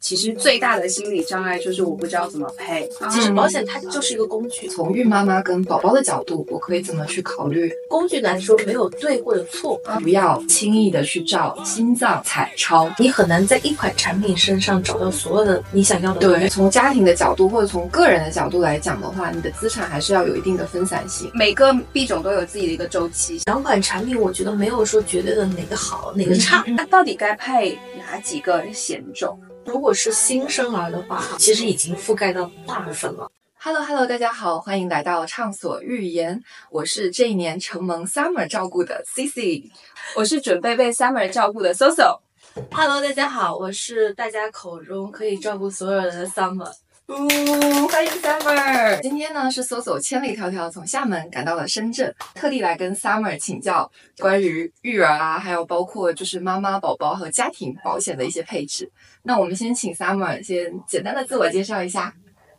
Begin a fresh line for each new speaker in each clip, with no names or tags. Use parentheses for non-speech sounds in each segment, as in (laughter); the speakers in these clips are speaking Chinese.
其实最大的心理障碍就是我不知道怎么配。嗯其实保
嗯
险它就是一个工具，
从孕妈妈跟宝宝的角度，我可以怎么去考虑？
工具来说没有对或者错，
嗯
不要轻易的去照心脏彩超。
你很难在一款产品身上找到所有的你想要的。
对，从家庭的角度或者从个人的角度来讲的话，你的资产还是要有一定的分散性。
每个币种都有自己的一个周期。
两款产品，我觉得没有说绝对的哪个好
嗯
哪个差。
那到底该配哪几个险种？
如果是新生儿的话，其实已经覆盖到大部分了。
Hello Hello，大家好，欢迎来到畅所欲言。我是这一年承蒙 Summer 照顾的 Cici，
我是准备被 Summer 照顾的 Soso。
Hello，大家好，我是大家口中可以照顾所有人的 Summer。
呜、哦，欢迎 Summer！今天呢是搜索千里迢迢从厦门赶到了深圳，特地来跟 Summer 请教关于育儿啊，还有包括就是妈妈、宝宝和家庭保险的一些配置。那我们先请 Summer 先简单的自我介绍一下。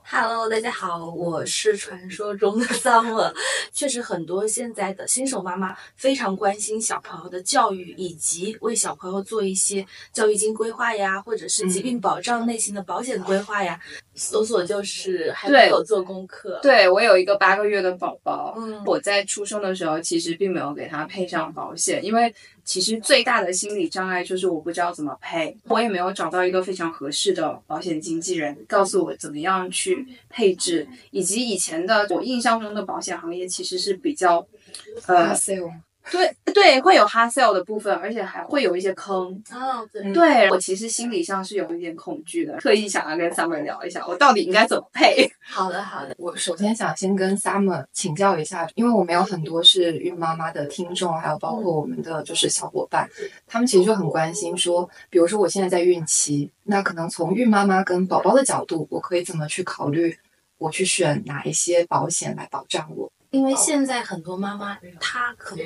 Hello，大家好，我是传说中的 Summer。确实，很多现在的新手妈妈非常关心小朋友的教育，以及为小朋友做一些教育金规划呀，或者是疾
嗯
病保障类型的保险规划呀。搜索就是还没有做功课。
对我有一个八个月的宝宝，
嗯
我在出生的时候其实并没有给他配上保险，因为其实最大的心理障碍就是我不知道怎么配，我也没有找到一个非常合适的保险经纪人告诉我怎么样去配置，以及以前的我印象中的保险行业其实是比较，呃，
Sale，
对对，会有哈 sale 的部分，而且还会有一些坑，
哦，对，
嗯
对我其实心理上是有一点恐惧的，特意想要跟 Summer 聊一下，我到底应该怎么配？
好的，好的，
我首先想先跟 Summer 请教一下，因为我们有很多是孕妈妈的听众，还有包
嗯
括我们的就是小伙伴，他们其实就很关心说，比如说我现在在孕期，那可能从孕妈妈跟宝宝的角度，我可以怎么去考虑，我去选哪一些保险来保障我？
因为现在很多妈妈，她可能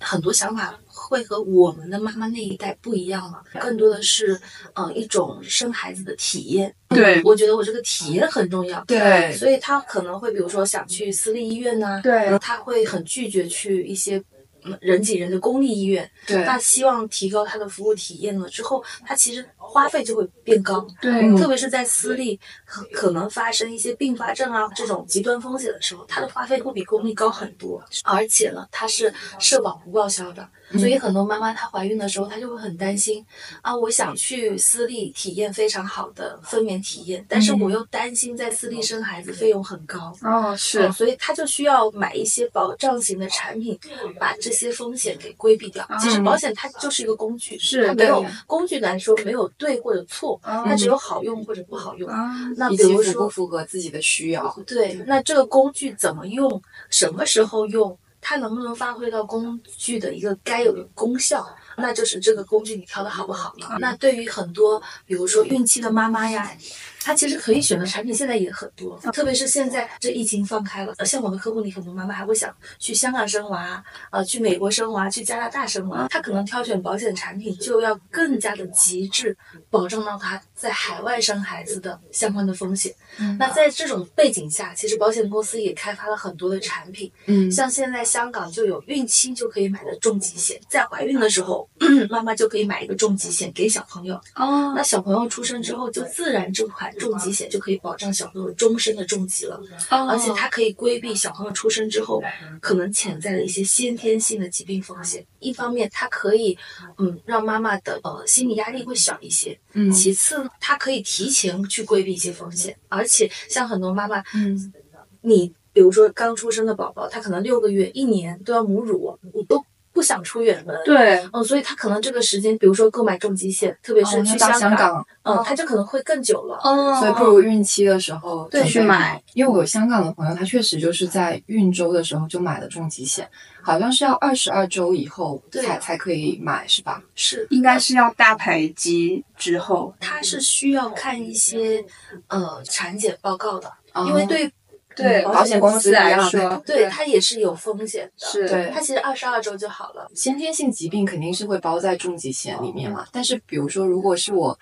很多想法会和我们的妈妈那一代不一样了，更多的是呃一种生孩子的体验。
对
我觉得我这个体验很重要。
对
所以她可能会比如说想去私立医院呐、
对
她会很拒绝去一些嗯人挤人的公立医院。
对
那希望提高她的服务体验了之后，她其实花费就会变高。
对
特别是在私立可可能发生一些并发症啊这种极端风险的时候，它的花费会比公立高很多，而且呢，它是社保不报销的，所以很多妈妈她怀孕的时候，她就会很担心啊，我想去私立体验非常好的分娩体验，但是我又担心在私立生孩子费用很高。
哦，
嗯所以她就需要买一些保障型的产品，把这些风险给规避掉。其实保险它就是一个工具，
是
它没有
嗯对嗯
工具来说没有对或者错，它只有好用或者不好用。
啊，
那
以
比
及
如
符不
说，
符合自己的需要？
对，那这个工具怎么用，什么时候用，它能不能发挥到工具的一个该有的功效？那就是这个工具你挑的好不好了。那对于很多，比如说孕期的妈妈呀，她其实可以选的产品现在也很多，特别是现在这疫情放开了，呃像我的客户里很多妈妈还会想去香港生娃，呃，去美国生娃，去加拿大生娃，她可能挑选保险产品就要更加的极致，保障到她在海外生孩子的相关的风险。那在这种背景下，其实保险公司也开发了很多的产品，
嗯
像现在香港就有孕期就可以买的重疾险，在怀孕的时候， (clears throat) 妈妈就可以买一个重疾险给小朋友。
哦，
那小朋友出生之后，就自然这款重疾险就可以保障小朋友终身的重疾了，
哦
而且它可以规避小朋友出生之后可能潜在的一些先天性的疾病风险。一方面，它可以嗯让妈妈的呃心理压力会小一些，
嗯
其次呢，它可以提前去规避一些风险，而且像很多妈妈，
嗯，
你比如说刚出生的宝宝，他可能六个月、一年都要母乳，你都不想出远门。。
对，
嗯，所以他可能这个时间，比如说购买重疾险，特别是
哦
去
那到香
港，
港，
嗯，他就可能会更久了。
哦
所以不如孕期的时候
嗯对
准备
去买。
因为我有香港的朋友，他确实就是在孕周的时候就买了重疾险，好像是要二十二周以后
对
才才可以买，是吧？
是，
应该是要大排机之后，
他是需要看一些呃产检报告的，
哦
因为对
对
嗯保险公
司
来
来
说
说，
对它也是有风险的。
是
对
它其实二十二周就好了。
先天性疾病肯定是会包在重疾险里面
嗯
嘛。但是比如说，如果是我，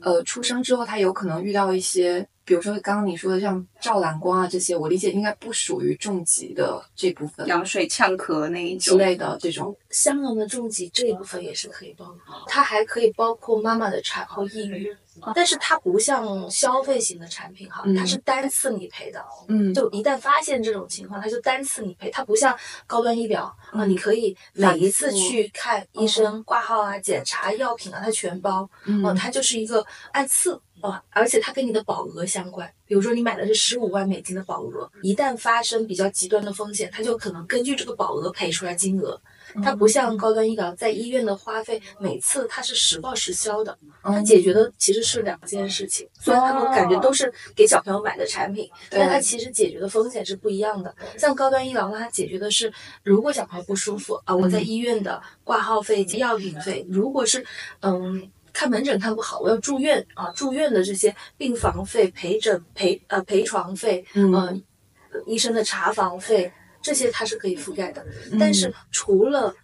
呃，出生之后他有可能遇到一些，比如说刚刚你说的像照蓝光啊这些，我理解应该不属于重疾的这部分
羊水呛咳那一
之
种，
类的这种。
香港的重疾这一部分也是可以包括，它还可以包括妈妈的产后抑郁，但是它不像消费型的产品哈，
啊嗯
它是单次理赔的，
嗯，
就一旦发现这种情况，它就单次理赔，它不像高端医疗啊，你可以每一次
嗯反复
去看医生挂号啊、检查药品啊，它全包，
嗯
哦，它就是一个按次哦，而且它跟你的保额相关。比如说你买的是十五万美金的保额，一旦发生比较极端的风险，它就可能根据这个保额赔出来金额。
嗯
它不像高端医疗在医院的花费，每次它是实报实销的，它
嗯
解决的其实是两件事情。虽然它们感觉都是给小朋友买的产品，
对
但它其实解决的风险是不一样的。像高端医疗呢，它解决的是如果小朋友不舒服啊，我在
嗯
医院的挂号费、药品费，如果是嗯。看门诊看不好，我要住院啊！住院的这些病房费、陪诊、陪呃陪床费，
嗯
呃医生的查房费，这些它是可以覆盖的。
嗯
但是除了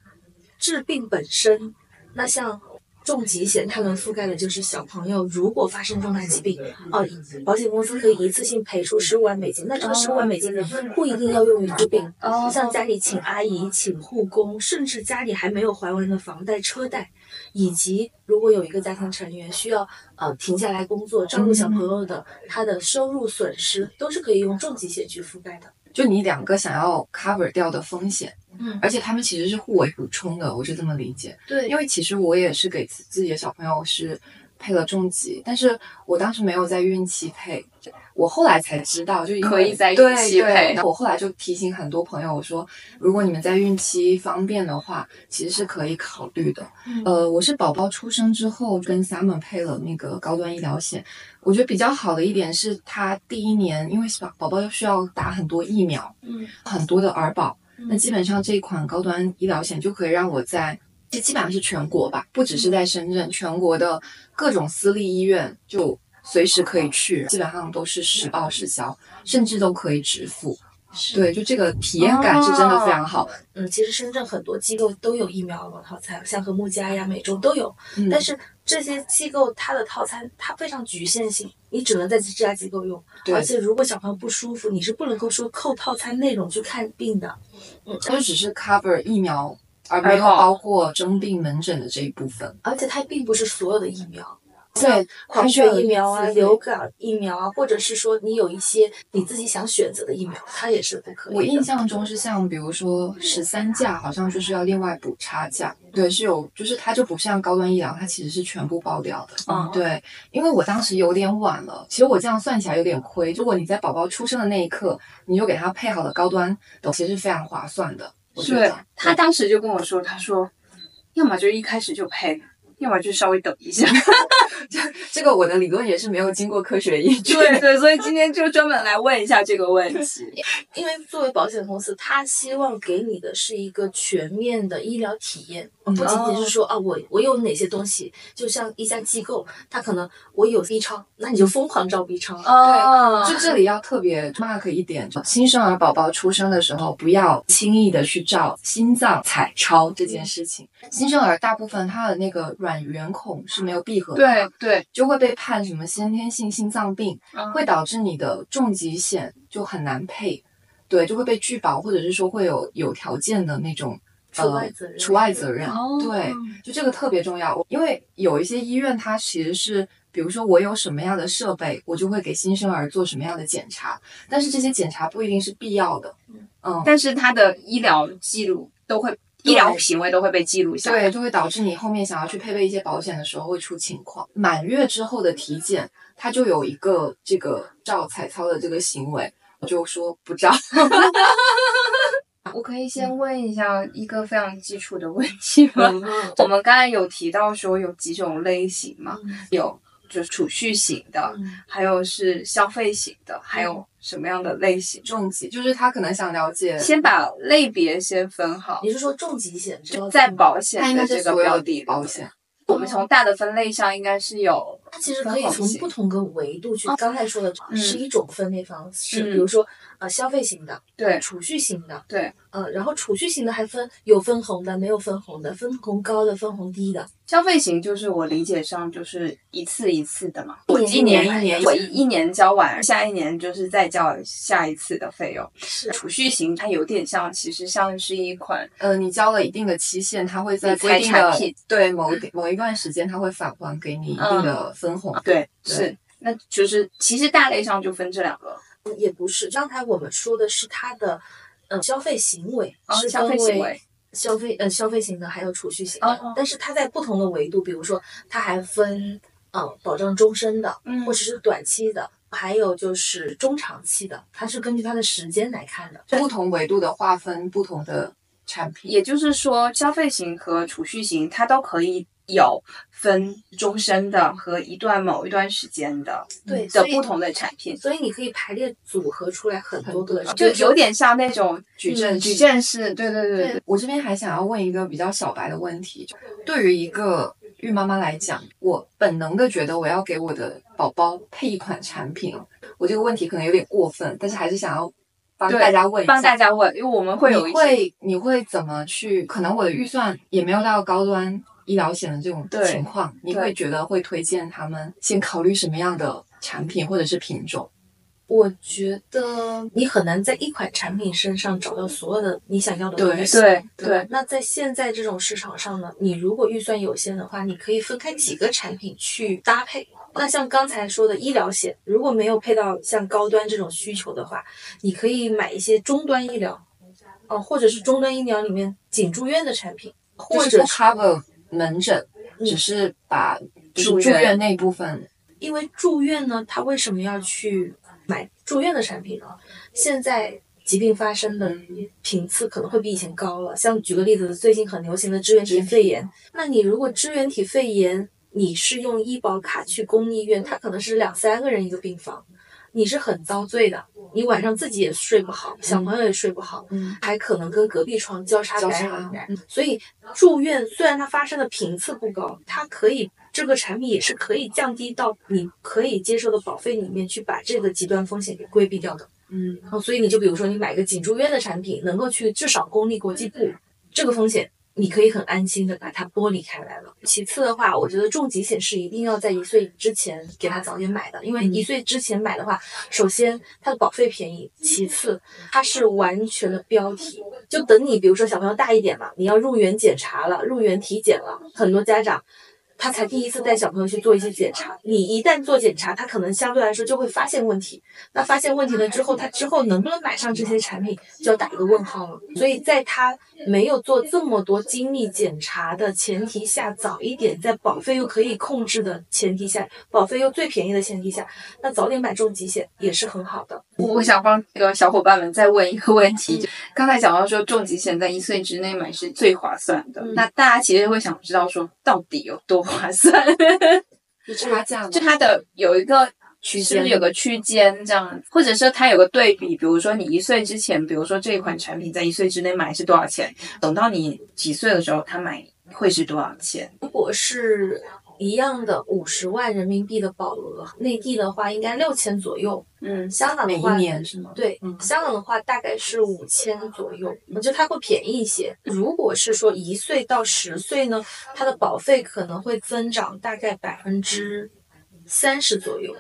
治病本身，那像重疾险，它能覆盖的就是小朋友如果发生重大疾病，哦、保险公司可以一次性赔出十五万美金。那这个十五万美金不一定要用于治病，
哦
像家里请阿姨、请护工，甚至家里还没有还完的房贷、车贷，以及如果有一个家庭成员需要呃停下来工作照顾小朋友的，他的收入损失都是可以用重疾险去覆盖的。
就你两个想要 cover 掉的风险，
嗯
而且他们其实是互为补充的，我是这么理解。
对
因为其实我也是给自自己的小朋友是配了重疾，但是我当时没有在孕期配，我后来才知道，就因为
可以在
对
孕期
对
配
然后我后来就提醒很多朋友我说，如果你们在孕期方便的话，其实是可以考虑的。
嗯
呃，我是宝宝出生之后跟 Summer 配了那个高端医疗险，我觉得比较好的一点是，他第一年因为小宝宝需要打很多疫苗。
嗯，
很多的儿保，
嗯
那基本上这一款高端医疗险就可以让我在，这基本上是全国吧，不只是
嗯
在深圳，全国的各种私立医院就随时可以去，基本上都是实报实销，甚至都可以直付。
是
对，就这个体验感是真的非常好。
嗯，其实深圳很多机构都有疫苗的套餐，像和睦家呀、美中都有，
嗯
但是这些机构它的套餐它非常局限性，你只能在这家机构用，
对
而且如果小朋友不舒服，你是不能够说扣套餐内容去看病的。嗯，
它就只是 cover 疫苗，而没有
儿保
包括生病门诊的这一部分。
而且它并不是所有的疫苗，
对，
狂
它是
犬
有
疫苗啊、
自费
流感疫苗啊，或者是说你有一些你自己想选择的疫苗，它也是不可以的。
我印象中是像比如说十三价，好像就是要另外补差价，对，是有，就是它就不像高端医疗，它其实是全部包掉的。
哦
对，因为我当时有点晚了，其实我这样算起来有点亏。如果你在宝宝出生的那一刻，你就给他配好了高端的，其实是非常划算的。我觉
对
得，
他当时就跟我说，他说，要么就一开始就配，要么就稍微等一 (laughs) 下。
这个我的理论也是没有经过科学 (laughs) 依据。
对对，所以今天就专门来问一下这个问题。
因为作为保险公司，它希望给你的是一个全面的医疗体验，
嗯
不仅仅是说啊，我我有哪些东西，就像一家机构，它可能我有 B 超，那你就疯狂照 B 超。
(laughs)
啊 (laughs)
哦
就这里要特别 mark 一点，就新生儿宝宝出生的时候，不要轻易的去照心脏彩超这件事情。新生儿大部分他的那个卵圆孔是没有闭合的，
对，对，
就会被判什么先天性心脏病，会
会
导致你的重疾险就很难配，对，就会被拒保，或者是说会有有条件的那种。
除外责任
呃，除外责任，
哦
对，就这个特别重要，因为有一些医院它其实是，比如说我有什么样的设备，我就会给新生儿做什么样的检查，但是这些检查不一定是必要的。嗯，
但是他的医疗记录都会，医疗行为都会被记录下来。
对，就会导致你后面想要去配备一些保险的时候会出情况。满月之后的体检，它就有一个这个照彩超的这个行为，我就说不照。
我可以先问一下一个非常基础的问题吗？
嗯
我们刚才有提到说有几种类型嘛，
嗯
有就是储蓄型的，
嗯
还有是消费型的，还有什么样的类型？
重疾就是他可能想了解，
先把类别先分好，
你是说重疾险之后
在保险
他应
的
该
这
是
个
所
标
有
的里
保险。
我们从大的分类上应该是有
它其实可以从不同的维度去，刚才说的是一种分类方式，比
嗯
如说呃消费型的、
对
储蓄型的，
对，
呃，然后储蓄型的还分有分红的，没有分红的，分红高的，分红低的，
消费型就是我理解上就是一次一次的嘛，我
一
今
年
年
一年
我一一年交完，下一年就是再交下一次的费用。
是
储蓄型它有点像，其实像是一款
呃，你交了一定的期限，它会在
理财
规定
产
的
品
对某一点某一段时间，它会返还给你一定
嗯
的分红。
对
对
是，那就是其实大类上就分这两个，
也不是。刚才我们说的是它的，呃，消费行为、
哦
是
消费
分为
行为
消费呃消费型的，还有储蓄型的。
哦哦
但是它在不同的维度，比如说它还分呃保障终身的，
嗯
或者是短期的，还有就是中长期的，它是根据它的时间来看的。
不同维度的划分，不同的产品。
嗯也就是说，消费型和储蓄型它都可以有分终身的和一段某一段时间的
对，
嗯的
所以
不同的产品，
所以你可以排列组合出来很多个，
就啊有点像那种矩
阵
矩阵式，对对对
对
我这边还想要问一个比较小白的问题，就对于一个孕妈妈来讲，我本能的觉得我要给我的宝宝配一款产品，我这个问题可能有点过分，但是还是想要帮
对
大家问一下，
帮大家问，因为我们会有一
你
些
会你会怎么去？可能我的预算也没有到高端医疗险的这种
对
情况，你
对
会觉得会推荐他们先考虑什么样的产品或者是品种？
我觉得你很难在一款产品身上找到所有的你想要的
对
东西。
对
吧
对，
那在现在这种市场上呢，你如果预算有限的话，你可以分开几个产品去搭配。那像刚才说的医疗险，如果没有配到像高端这种需求的话，你可以买一些终端医疗，哦、或者是终端医疗里面仅住院的产品，或
就是
者
不 cover 门诊，
嗯
只是把就是
住
住
院
院那部分
因为住院呢，他为什么要去买住院的产品呢？现在疾病发生的频次可能会比以前高了。像举个例子，最近很流行的支原体肺炎，那你如果支原体肺炎，你是用医保卡去公立医院，它可能是两三个人一个病房，你是很遭罪的。你晚上自己也睡不好，小朋友也睡不好，
嗯
还可能跟隔壁床交叉
交
感
叉嗯
染。啊所以住院虽然它发生的频次不高，它可以这个产品也是可以降低到你可以接受的保费里面去，把这个极端风险给规避掉的。
嗯
嗯，所以你就比如说你买个仅住院的产品，能够去至少公立国际部，这个风险你可以很安心的把它剥离开来了。其次的话，我觉得重疾险是一定要在一岁之前给他早点买的，因为
嗯
一岁之前买的话，首先它的保费便宜，其次它是完全的标题，就等你比如说小朋友大一点嘛，你要入园检查了，入园体检了，很多家长。他才第一次带小朋友去做一些检查，你一旦做检查，他可能相对来说就会发现问题，那发现问题了之后，他之后能不能买上这些产品，就要打一个问号了。所以在他没有做这么多精密检查的前提下，早一点在保费又可以控制的前提下，保费又最便宜的前提下，那早点买重疾险也是很好的。
我我想帮这个小伙伴们再问一个问题，就刚才讲到说重疾险在一岁之内买是最划算的，
嗯
那大家其实会想知道说到底有多划算，
就差价嘛
就它的有一个。
区
是不
间
是有个区间这样，或者说它有个对比，比如说你一岁之前，比如说这一款产品在一岁之内买是多少钱，等到你几岁的时候，它买会是多少钱？
如果是一样的五十万人民币的保额，内地的话应该六千左右，
嗯，
香港
每
的
一
话
年是吗？
对，
嗯
香港的话大概是五千左右，我觉得它会便宜一些。如果是说一岁到十岁呢，它的保费可能会增长大概百分之三十左右。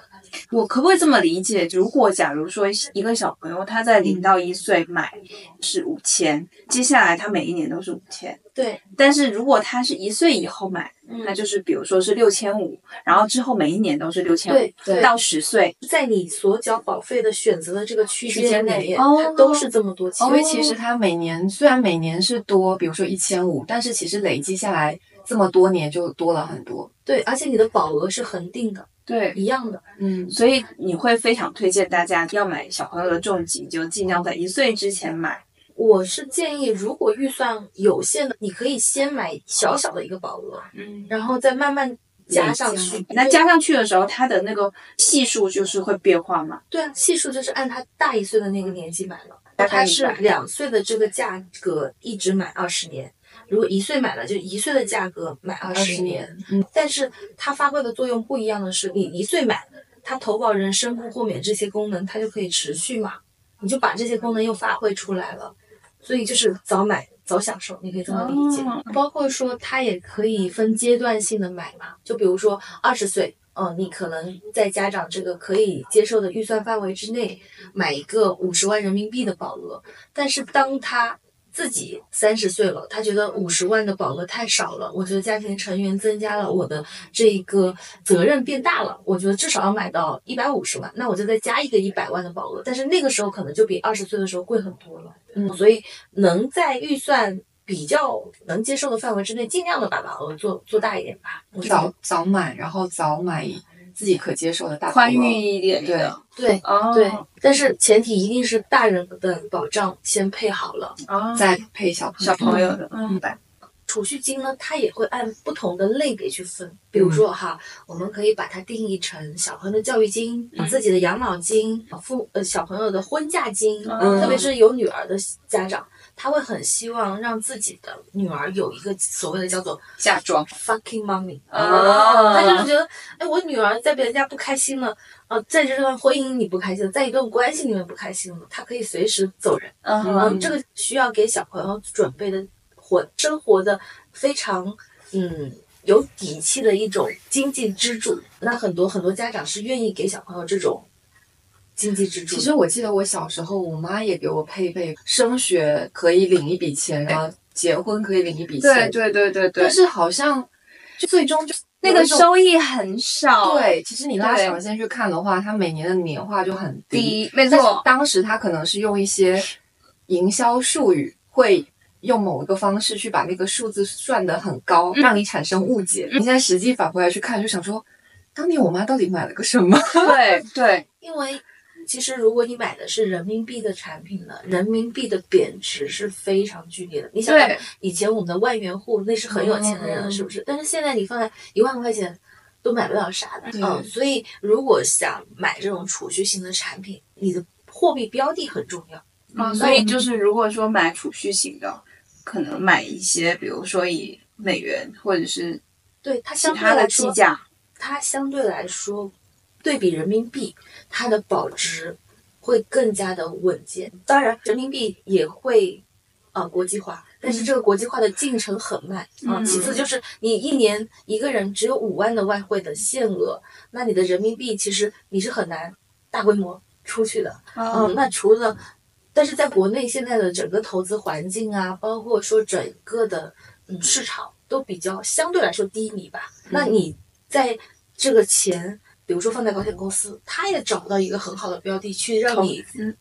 我可不可以这么理解？如果假如说一个小朋友他在零到一岁买是五千，接下来他每一年都是五千，
对，
但是如果他是一岁以后买，
嗯
那就是比如说是六千五，然后之后每一年都是六千五
对，
对
到十岁
在你所缴保费的选择的这个区
区间
间内
内，
哦
都是这么多钱。
因为其实它每年虽然每年是多，比如说一千五，但是其实累积下来这么多年就多了很多。
对，而且你的保额是恒定的，
对。
一样的。
嗯，
所以你会非常推荐大家要买小朋友的重疾，就尽量在一岁之前买。
我是建议，如果预算有限的，你可以先买小小的一个保额，
嗯，
然后再慢慢加上去。
那加上去的时候，它的那个系数就是会变化嘛？
对啊，系数就是按他大一岁的那个年纪买了，
嗯大
那
概
他
一
是
百
两岁的这个价格一直买二十年，如果一岁买了就一岁的价格买二
二
十
十
年，
年，嗯，
但是它发挥的作用不一样的是，你一岁买，它投保人身故豁免这些功能，它就可以持续嘛，你就把这些功能又发挥出来了，所以就是早买早享受，你可以这么理解。
哦
包括说，它也可以分阶段性的买嘛，就比如说二十岁，呃，你可能在家长这个可以接受的预算范围之内买一个五十万人民币的保额，但是当他自己三十岁了，他觉得五十万的保额太少了。我觉得家庭成员增加了，我的这一个责任变大了。我觉得至少要买到一百五十万，那我就再加一个一百万的保额。但是那个时候可能就比二十岁的时候贵很多了。嗯，所以能在预算比较能接受的范围之内，尽量的把保额做做大一点吧。我觉得
早早买，然后早买自己可接受的大头
宽裕
了
一点的。
对
哦，
对，但是前提一定是大人的保障先配好了。
哦，
再配小朋友
小朋友的，嗯，
储蓄金呢，它也会按不同的类别去分。比
嗯
如说哈，我们可以把它定义成小朋友的教育金、
嗯
自己的养老金、父呃小朋友的婚嫁金，
嗯
特别是有女儿的家长，他会很希望让自己的女儿有一个所谓的叫做
嫁妆
fucking money
啊
他就是觉得，哎，我女儿在别人家不开心了，呃，在这段婚姻里不开心了，在一段关系里面不开心了，她可以随时走人。
嗯
嗯，这个需要给小朋友准备的活生活的非常嗯有底气的一种经济支柱。那很多很多家长是愿意给小朋友这种经济支柱
其
的。
实我记得我小时候，我妈也给我配备，升学可以领一笔钱，然后结婚可以领一笔钱，
对对对对对
但，是好像就最终就
那个
时候
收益很少，，
对，其实你拉
对
长线去看的话，它每年的年化就很低。
低，没
但是
错，
当时他可能是用一些营销术语，会用某一个方式去把那个数字算得很高，
嗯
让你产生误解。你现在实际返回来去看，就想说，当年我妈到底买了个什么？
对对，
因为其实如果你买的是人民币的产品呢，人民币的贬值是非常剧烈的。你想想
对，
以前我们的万元户那是很有钱的人了，
嗯
是不是？但是现在你放在一万块钱都买不了啥的，
对
嗯。所以如果想买这种储蓄型的产品，你的货币标的很重要。
嗯，所以就是如果说买储蓄型的，可能买一些，比如说以美元或者是
对它
其
相对
他的
来
计
说，
价，
它相对来说对比人民币，它的保值会更加的稳健。当然，人民币也会呃国际化，但是这个国际化的进程很慢啊、
嗯
其次就是你一年一个人只有五万的外汇的限额，那你的人民币其实你是很难大规模出去的。嗯，那除了，但是在国内现在的整个投资环境啊，包括说整个的嗯市场都比较相对来说低迷吧。那
嗯
你在这个钱，比如说放在保险公司，他也找不到一个很好的标的去让你
资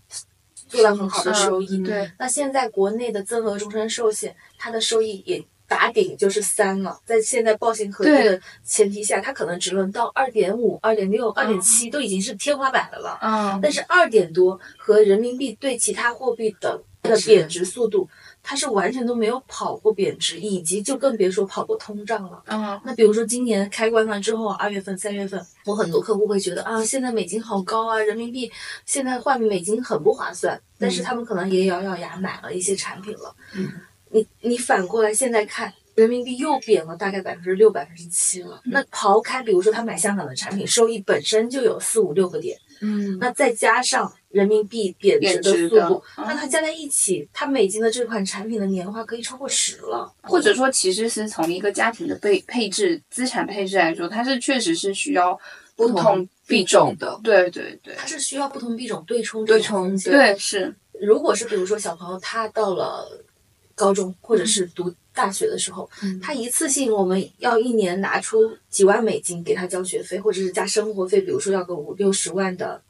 做到很好的
是啊嗯
收益。
对，
那现在国内的增额终身寿险，它的收益也打顶就是三了，在现在报险合一的前提下，它可能只能到二点五、二点六、二点七，都已经是天花板了了。
嗯，
但是二点多和人民币对其他货币的的贬值速度，它是完全都没有跑过贬值，以及就更别说跑过通胀了。
嗯，
那比如说今年开关了之后啊，二月份、三月份，我很多客户会觉得啊，现在美金好高啊，人民币现在换美金很不划算，但是他们可能也咬咬牙买了一些产品了。
嗯
你你反过来现在看。人民币又贬了大概百分之六、百分之七了。那刨开，比如说他买香港的产品，收益本身就有四五六个点，
嗯，
那再加上人民币贬值
贬值
的速
的
度，
嗯
那它加在一起，它美金的这款产品的年化可以超过十了，
或者说其实是从一个家庭的配配置、资产配置来说，它是确实是需要不同
币种的，
对对对
它是需要不同币种对冲这
对
种
冲
风险。
对是，
如果是比如说小朋友他到了高中或者是读大学的时候，
嗯
他一次性我们要一年拿出几万美金给他交学费，或者是加生活费，比如说要个五六十万的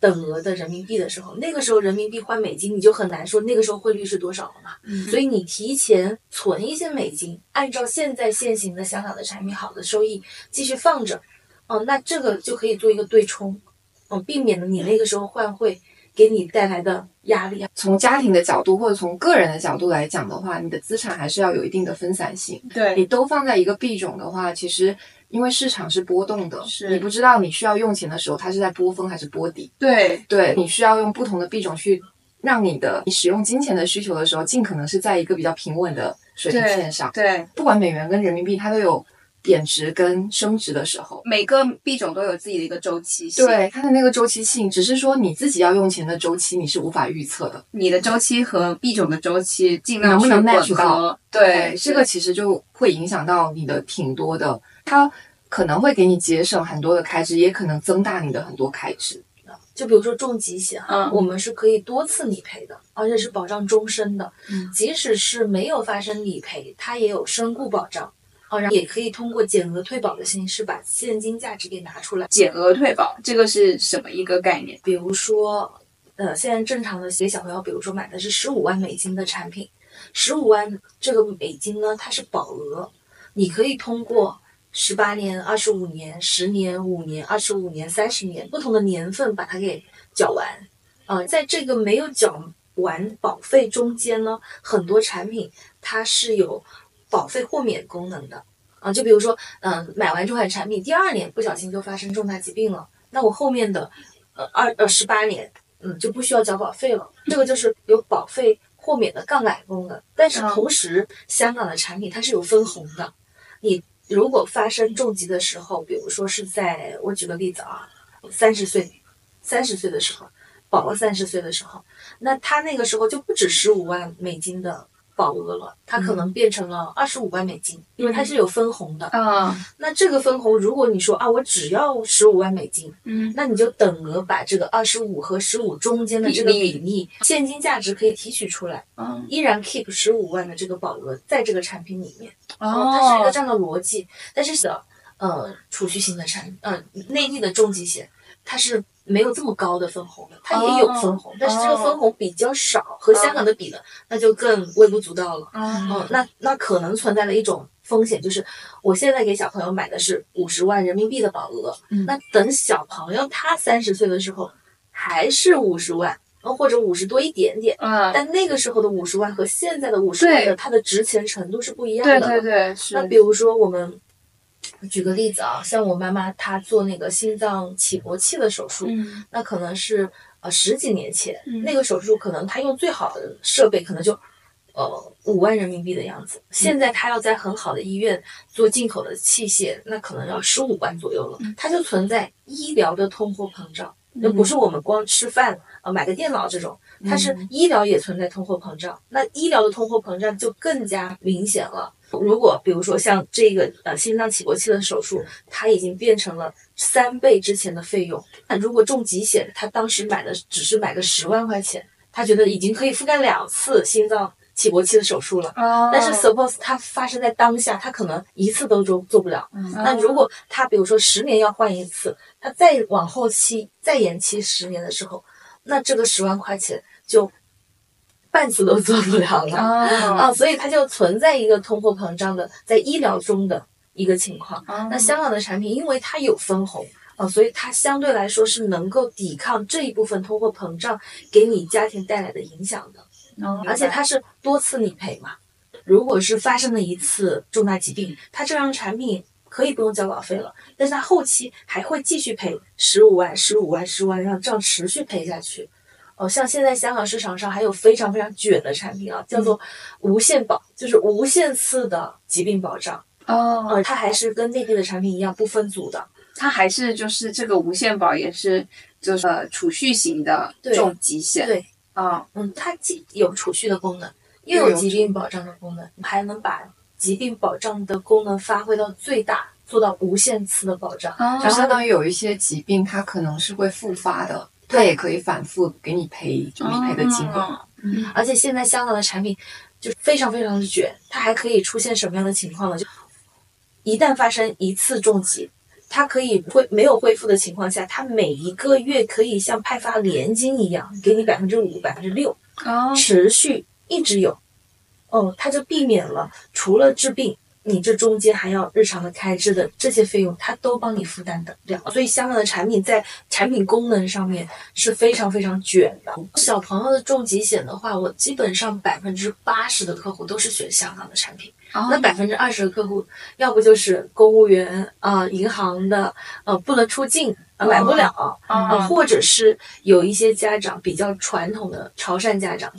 等额的人民币的时候，那个时候人民币换美金，你就很难说那个时候汇率是多少了嘛。所以你提前存一些美金，按照现在现行的香港的产品好的收益继续放着，哦、那这个就可以做一个对冲，嗯、避免了你那个时候换汇给你带来的压力。啊
从家庭的角度或者从个人的角度来讲的话，你的资产还是要有一定的分散性。你
对
都放在一个币种的话，其实因为市场是波动的，
是
你不知道你需要用钱的时候，它是在波峰还是波底。
对
对，你需要用不同的币种去让你的你使用金钱的需求的时候，尽可能是在一个比较平稳的水平线上。
对
不管美元跟人民币，它都有贬值跟升值的时候。
每个币种都有自己的一个周期性，，
对它的那个周期性，只是说你自己要用钱的周期你是无法预测的。
你的周期和币种的周期尽量
能不能
去
match
混合
到？
对，
这个其实就会影响到你的挺多的，它可能会给你节省很多的开支，也可能增大你的很多开支。
就比如说重疾险，啊
嗯
我们是可以多次理赔的，而且是保障终身的。
嗯
即使是没有发生理赔，它也有身故保障。啊，然后也可以通过减额退保的形式把现金价值给拿出来。
减额退保这个是什么一个概念？
比如说，呃，现在正常的给小朋友，比如说买的是十五万美金的产品，十五万这个美金呢，它是保额，你可以通过十八年、二十五年、十年、五年、二十五年、三十年不同的年份把它给缴完。呃，在这个没有缴完保费中间呢，很多产品它是有保费豁免功能的。啊，就比如说，嗯、买完这款产品，第二年不小心就发生重大疾病了，那我后面的呃二呃十八年，嗯，就不需要缴保费了。这个就是有保费豁免的杠杆功能，但是
嗯
同时，香港的产品它是有分红的。你如果发生重疾的时候，比如说是在我举个例子啊，三十岁，三十岁的时候，保了三十岁的时候，那他那个时候就不止十五万美金的保额了，他可能变成了二十五万美金，因为它是有分红的。
嗯
那这个分红，如果你说啊，我只要十五万美金，
嗯，
那你就等额把这个二十五和十五中间的这个比例现金价值可以提取出来，
嗯
依然 keep 十五万的这个保额在这个产品里面。它是一个
哦，
这样的逻辑。但是的，呃，储蓄型的产，呃，内地的重疾险，它是没有这么高的分红的，它也有
哦
分红，但是这个分红比较少，和香港的比呢，那就更微不足道了。
嗯
嗯，那那可能存在的一种风险就是，我现在给小朋友买的是五十万人民币的保额，
嗯
那等小朋友他三十岁的时候还是五十万，呃或者五十多一点点，
嗯，
但那个时候的五十万和现在的五十万的它的值钱程度是不一样
对
的。
对对，是
那比如说我们举个例子啊，像我妈妈她做那个心脏起搏器的手术，
嗯
那可能是呃十几年前、
嗯
那个手术，可能她用最好的设备，可能就呃五万人民币的样子。现在她要在很好的医院做进口的器械，那可能要十五万左右了。它就存在医疗的通货膨胀，那不是我们光吃饭呃买个电脑这种，它是医疗也存在通货膨胀，那医疗的通货膨胀就更加明显了。如果比如说像这个呃心脏起搏器的手术，它已经变成了三倍之前的费用。那如果重疾险，他当时买的只是买个十万块钱，他觉得已经可以覆盖两次心脏起搏器的手术了。
哦，
但是 suppose 它发生在当下，他可能一次都做做不了。
哦
那如果他比如说十年要换一次，他再往后期再延期十年的时候，那这个十万块钱就半次都做不了了、
啊
啊，所以它就存在一个通货膨胀的在医疗中的一个情况。
哦
那香港的产品因为它有分红。啊，所以它相对来说是能够抵抗这一部分通货膨胀给你家庭带来的影响的，
哦
而且它是多次理赔嘛。如果是发生了一次重大疾病，它这样产品可以不用交保费了，但是它后期还会继续赔十五万、十五万、十万，让这样持续赔下去。哦，像现在香港市场上还有非常非常卷的产品啊，叫做无限保，就是无限次的疾病保障。
哦，
呃，它还是跟内地的产品一样不分组的。
它还是就是这个无限宝也是就是呃储蓄型的
对
重疾险，
对，
啊，
嗯，它既有储蓄的功能，
又
又有
有
疾病保障的功能，还能把疾病保障的功能发挥到最大，做到无限次的保障。
然
就
后
相当于有一些疾病，它可能是会复发的，
对
它也可以反复给你赔，就理赔的金额。
哦
而且现在香港的产品就非常非常的卷，它还可以出现什么样的情况呢？就一旦发生一次重疾，它可以恢没有恢复的情况下，它每一个月可以像派发年金一样，给你百分之五、百分之六，
哦
持续一直有。哦，它就避免了除了治病，你这中间还要日常的开支的这些费用，它都帮你负担得了。所以香港的产品在产品功能上面是非常非常卷的。小朋友的重疾险的话，我基本上百分之八十的客户都是选香港的产品，
哦
那百分之二十的客户要不就是公务员啊、银行的呃不能出境、呃买不了，啊，
哦
或者是有一些家长比较传统的潮汕家长，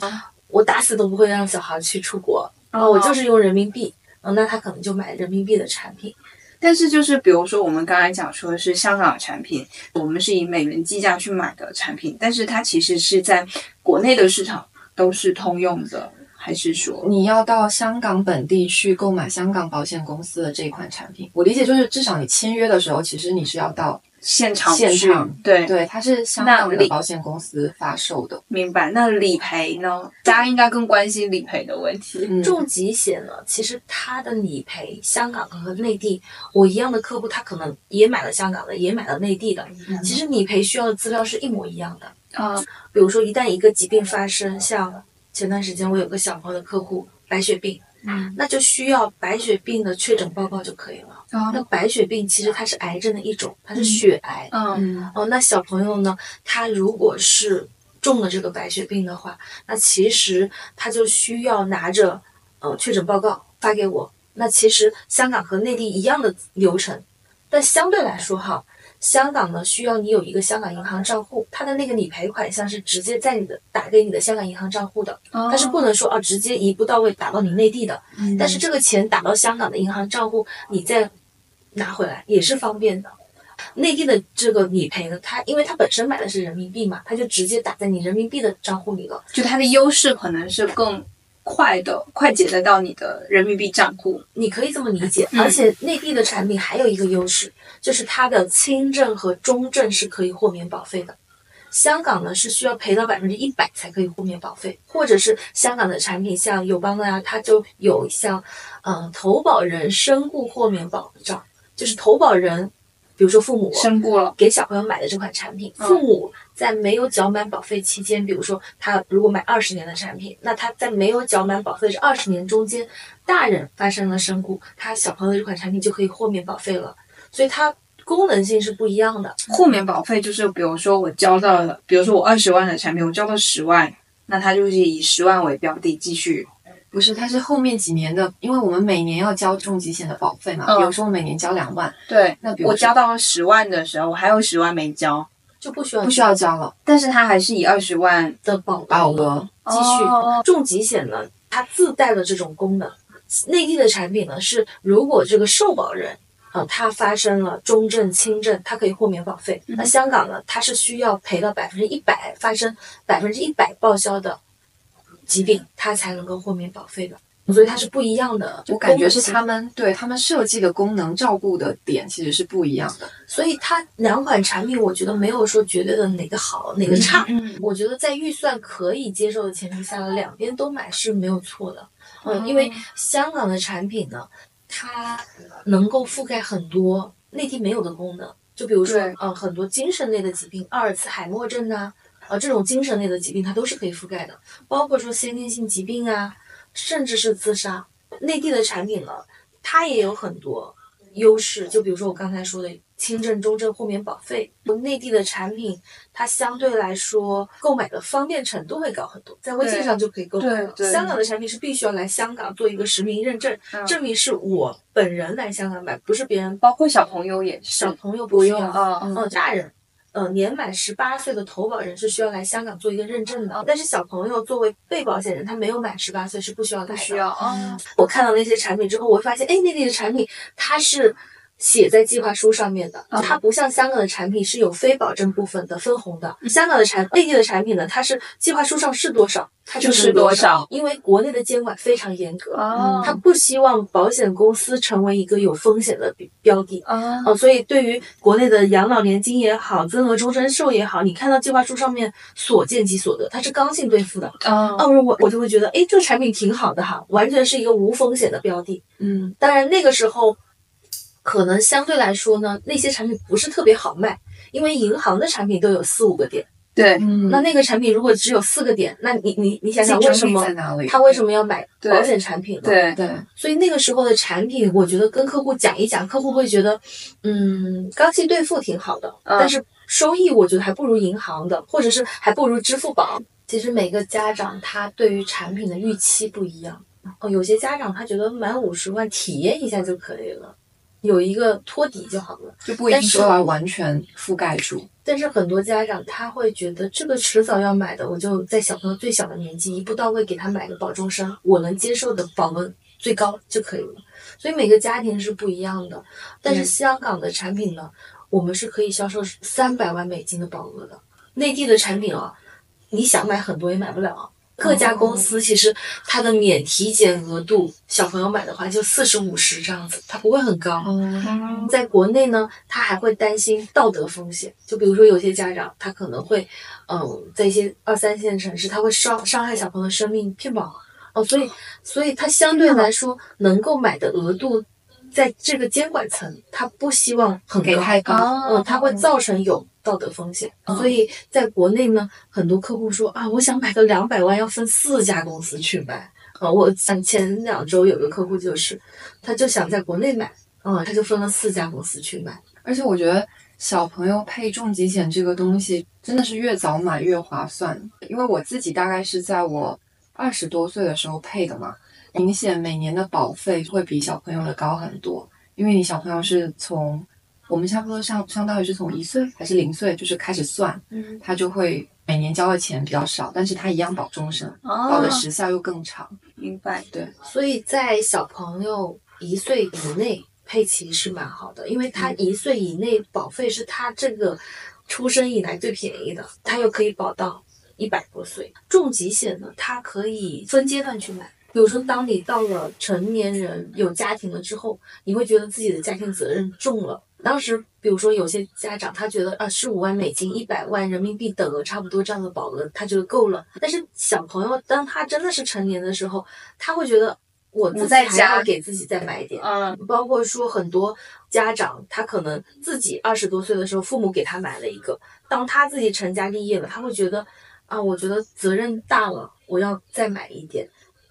我打死都不会让哦呃
哦
小孩去出国，啊，我就是用人民币，嗯，那他可能就买人民币的产品。
但是就是比如说我们刚才讲说是香港的产品，我们是以美元计价去买的产品，但是它其实是在国内的市场都是通用的，还是说
你要到香港本地去购买香港保险公司的这一款产品。我理解就是，至少你签约的时候，其实你是要到
现场
现
去
场
对
对，它是香港
那
的
理
保险公司发售的。
明白。那理赔呢？大家应该更关心理赔的问题。
嗯，
重疾险呢，其实它的理赔，香港和内地，我一样的客户，他可能也买了香港的，也买了内地的，其实理赔需要的资料是一模一样的。
啊、
比如说，一旦一个疾病发生，像前段时间我有个小朋友的客户白血病，
嗯
那就需要白血病的确诊报告就可以了。
啊
那白血病其实它是癌症的一种，它是血癌。
嗯
嗯
哦，那小朋友呢，他如果是中了这个白血病的话，那其实他就需要拿着呃确诊报告发给我。那其实香港和内地一样的流程，但相对来说哈，香港呢需要你有一个香港银行账户，它的那个理赔款项是直接在你的打给你的香港银行账户的，
哦
它是不能说啊直接一步到位打到你内地的，
嗯
但是这个钱打到香港的银行账户，你再拿回来也是方便的。内地的这个理赔呢，它因为它本身买的是人民币嘛，它就直接打在你人民币的账户里了。
就它的优势可能是更快的、快捷得到你的人民币账户。
你可以这么理解，
嗯
而且内地的产品还有一个优势，就是它的轻症和中症是可以豁免保费的。香港呢是需要赔到百分之一百才可以豁免保费，或者是香港的产品像友邦的呀、它就有像，嗯、投保人身故豁免保障，就是投保人，比如说父母
身故了，
给小朋友买的这款产品，
嗯
父母在没有缴满保费期间，比如说他如果买二十年的产品，那他在没有缴满保费这二十年中间，大人发生了身故，他小朋友的这款产品就可以豁免保费了，所以它功能性是不一样的。
豁免保费就是，比如说我交到了，比如说我二十万的产品，我交到十万，那它就是以十万为标的继续。
不是，它是后面几年的，因为我们每年要交重疾险的保费嘛，
嗯
比如说我每年交两万，
对，
那比如
我
说
交到十万的时候，我还有十万没交，
就不需要
不需要交了，
但是它还是以二十万
的保
保额
继续。
哦
重疾险呢，它自带的这种功能，内地的产品呢是，如果这个受保人啊、呃他发生了中症、轻症，它可以豁免保费。
嗯
那香港呢，它是需要赔到百分之一百，发生百分之一百报销的疾病，它才能够豁免保费的。所以它是不一样的，
我感觉是
它。
他们对他们设计的功能照顾的点其实是不一样的。
所以它两款产品，我觉得没有说绝对的哪个好哪个差。
嗯嗯
我觉得在预算可以接受的前提下，两边都买是没有错的。嗯，因为香港的产品呢，它能够覆盖很多内地没有的功能，就比如说
对，
呃，很多精神类的疾病，阿尔茨海默症呐、呃，这种精神类的疾病它都是可以覆盖的，包括说先天性疾病啊，甚至是自杀。内地的产品呢，它也有很多优势，就比如说我刚才说的轻症、中症豁免保费，内地的产品它相对来说购买的方便程度会高很多，在微信
对
上就可以购买
对
了。
对
香港的产品是必须要来香港做一个实名认证，
嗯
证明是我本人来香港买，不是别人包
包括小朋友也是
小，朋友不需要。
啊，
嗯，大人，呃，年满十八岁的投保人是需要来香港做一个认证
嗯
的，但是小朋友作为被保险人，他没有满十八岁是不需要来的。
不需要啊，
我看到那些产品之后，我会发现，哎，内地的产品它是写在计划书上面的，
嗯
它不像香港的产品是有非保证部分的分红的。
嗯
香港的产内地的产品呢，它是计划书上是多少，它
就
就是是
多
多
少，
因为国内的监管非常严格，嗯
哦
它不希望保险公司成为一个有风险的比标的。
啊，
哦，所以对于国内的养老年金也好，增额终身寿也好，你看到计划书上面所见即所得，它是刚性兑付的。
啊，
哦，不是我我就会觉得，哎，这个产品挺好的哈，完全是一个无风险的标的。
嗯，
当然那个时候，可能相对来说呢，那些产品不是特别好卖，因为银行的产品都有四五个点，
对，
嗯
那那个产品如果只有四个点，那你你你想想为什么
在哪里？
他为什么要买
对
保险产品呢？
对，
对，
所以那个时候的产品，我觉得跟客户讲一讲，客户会觉得，嗯，刚性兑付挺好的，
嗯
但是收益我觉得还不如银行的，或者是还不如支付宝。其实每个家长他对于产品的预期不一样，哦，有些家长他觉得满五十万体验一下就可以了，有一个托底就好了。
就不一定
但是
说要完全覆盖住。
但是很多家长他会觉得这个迟早要买的，我就在小朋友最小的年纪一步到位给他买个保终身，我能接受的保额最高就可以了。所以每个家庭是不一样的，但是
嗯
香港的产品呢，我们是可以销售三百万美金的保额的。内地的产品啊，你想买很多也买不了。各家公司其实它的免体检额度，小朋友买的话就四十五十这样子，它不会很高。
嗯
嗯
在国内呢，他还会担心道德风险，就比如说有些家长他可能会，嗯，在一些二三线城市，他会伤伤害小朋友的生命，骗保哦，所以所以他相对来说能够买的额度，在这个监管层，他不希望很
给
高，
太高，
嗯，它会造成有道德风险，
嗯
所以在国内呢，很多客户说啊，我想买个两百万，要分四家公司去买。啊，我前前两周有个客户就是，他就想在国内买，嗯，他就分了四家公司去买。
而且我觉得小朋友配重疾险这个东西真的是越早买越划算，因为我自己大概是在我二十多岁的时候配的嘛，明显每年的保费会比小朋友的高很多，因为你小朋友是从我们差不多上相当于是从一岁还是零岁就是开始算，
嗯，
他就会每年交的钱比较少，但是他一样保终身，保
哦
的，时效又更长。
明白。
所以在小朋友一岁以内配齐是蛮好的，因为他一岁以内保费是他这个出生以来最便宜的，他又可以保到一百多岁。重疾险呢，它可以分阶段去买。比如说，当你到了成年人有家庭了之后，你会觉得自己的家庭责任重了。当时，比如说有些家长他觉得啊，十五万美金、一百万人民币等额差不多这样的保额，他觉得够了。但是小朋友当他真的是成年的时候，他会觉得我自
我
己
在
还要
家
给自己再买一点。
嗯
包括说很多家长，他可能自己二十多岁的时候，父母给他买了一个，当他自己成家立业了，他会觉得啊，我觉得责任大了，我要再买一点。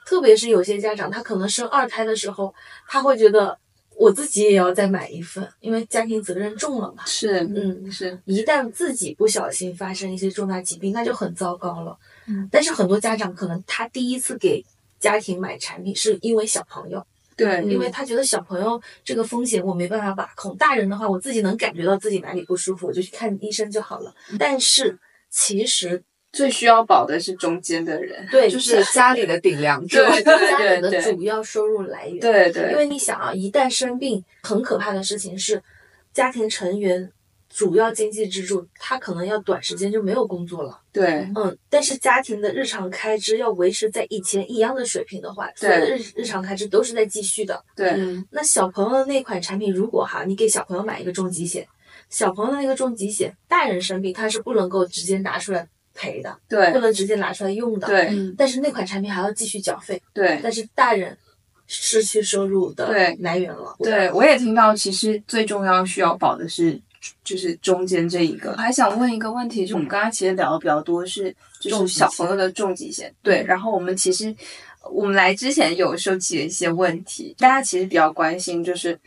特别是有些家长，他可能生二胎的时候，他会觉得我自己也要再买一份，因为家庭责任重了嘛。
是
嗯，
是，
一旦自己不小心发生一些重大疾病，那就很糟糕了。
嗯
但是很多家长可能他第一次给家庭买产品，是因为小朋友。
对，嗯
因为他觉得小朋友这个风险我没办法把控，大人的话我自己能感觉到自己哪里不舒服，我就去看医生就好了。但是其实
最需要保的是中间的人。
对，
就是家
(laughs)
里的顶梁柱，
对
家人的
对对
主要收入来源。
对
因
对，
为你想啊，一旦生病，很可怕的事情是，家庭成员主要经济支柱，他可能要短时间就没有工作了。
对
嗯，但是家庭的日常开支要维持在以前一样的水平的话，所有的日日常开支都是在继续的。
对，
嗯，
那小朋友的那款产品，如果哈，你给小朋友买一个重疾险，小朋友的那个重疾险，大人生病他是不能够直接拿出来赔的，不
对，
能直接拿出来用的。，
对，
嗯
但是那款产品还要继续缴费，
对，
但是大人失去收入的
对
来源了。
对，我也听到，其实最重要需要保的是，就是中间这一个。我还想问一个问题，就我们刚刚其实聊的比较多是，就
重
是
疾
小
险
朋友的重疾险，对。然后我们其实我们来之前有收集了一些问题，大家其实比较关心就是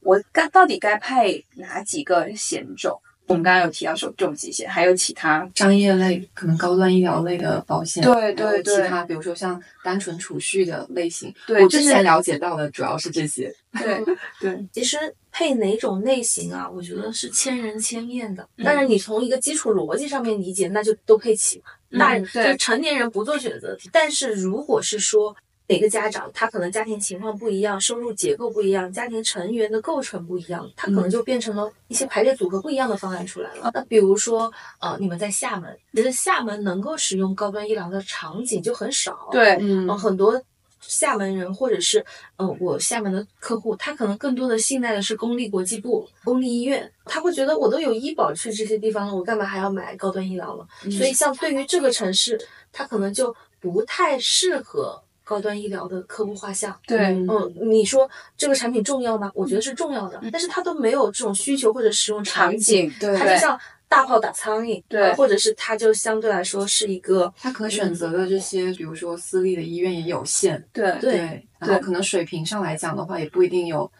我该到底该配哪几个险种？我们刚刚有提到说重疾险，还有其他，
商业类可能高端医疗类的保险，
对
嗯还
对
有其
对
他，比如说像单纯储蓄的类型，
对
我
就
之
是
前了解到的主要是这些。
对对
其实配哪种类型啊，我觉得是千人千面的。
嗯
但是你从一个基础逻辑上面理解，那就都配齐嘛。
嗯
大人、
对
就是成年人不做选择题。但是如果是说哪个家长他可能家庭情况不一样，收入结构不一样，家庭成员的构成不一样，他可
嗯
能就变成了一些排列组合不一样的方案出来了。那比如说，呃，你们在厦门，其实厦门能够使用高端医疗的场景就很少。
对
嗯
嗯，很多厦门人或者是嗯、呃我厦门的客户，他可能更多的信赖的是公立国际部、公立医院，他会觉得我都有医保去这些地方了，我干嘛还要买高端医疗了？所以，像对于这个城市，他可能就不太适合高端医疗的客户画像。
对
嗯
嗯，你说这个产品重要吗？我觉得是重要的，但是它都没有这种需求或者使用场
场
景，
景，
对
它就像大炮打苍蝇，
对
呃或者是它就相对来说是一个
他可选择的这些，比如说私立的医院也有限，
对
对
然后可能水平上来讲的话，也不一定有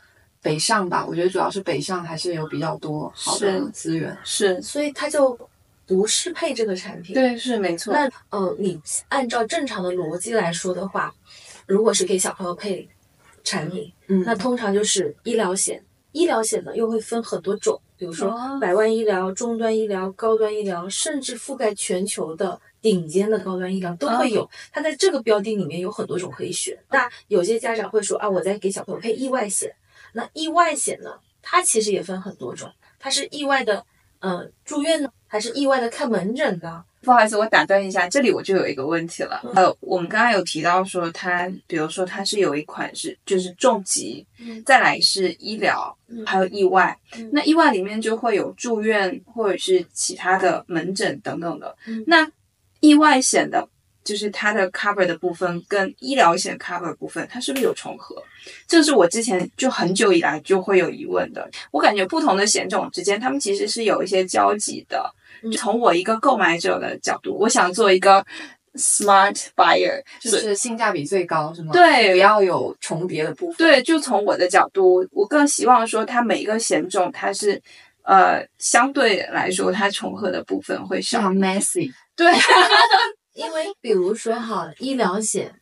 北上吧。我觉得主要是北上还是有比较多好的
是
资源。
是，
所以它就不适配这个产品。，
对是没错，
那呃，你按照正常的逻辑来说的话，如果是给小朋友配产品，
嗯
那通常就是医疗险。医疗险呢又会分很多种，比如说
哦
百万医疗、终端医疗、高端医疗，甚至覆盖全球的顶尖的高端医疗都会有。它在这个标的里面有很多种可以选。那有些家长会说啊，我在给小朋友配意外险。那意外险呢，它其实也分很多种，它是意外的，呃，住院呢，还是意外的看门诊呢？
不好意思，我打断一下，这里我就有一个问题了。呃，我们刚刚有提到说它，比如说它是有一款是就是重疾，
嗯
再来是医疗，
嗯
还有意外。
嗯
那意外里面就会有住院或者是其他的门诊等等的。
嗯
那意外险的，就是它的 cover 的部分跟医疗险 cover 的部分，它是不是有重合？这是我之前就很久以来就会有疑问的。我感觉不同的险种之间，它们其实是有一些交集的。
嗯
就从我一个购买者的角度，我想做一个 smart buyer，
就
所以
是性价比最高是吗？，不
对。
要有重叠的部分。
对，就从我的角度，我更希望说，它每一个险种，它是，呃，相对来说，它重合的部分会
非
少。
常 messy，
对，
因为比如说哈，医疗险，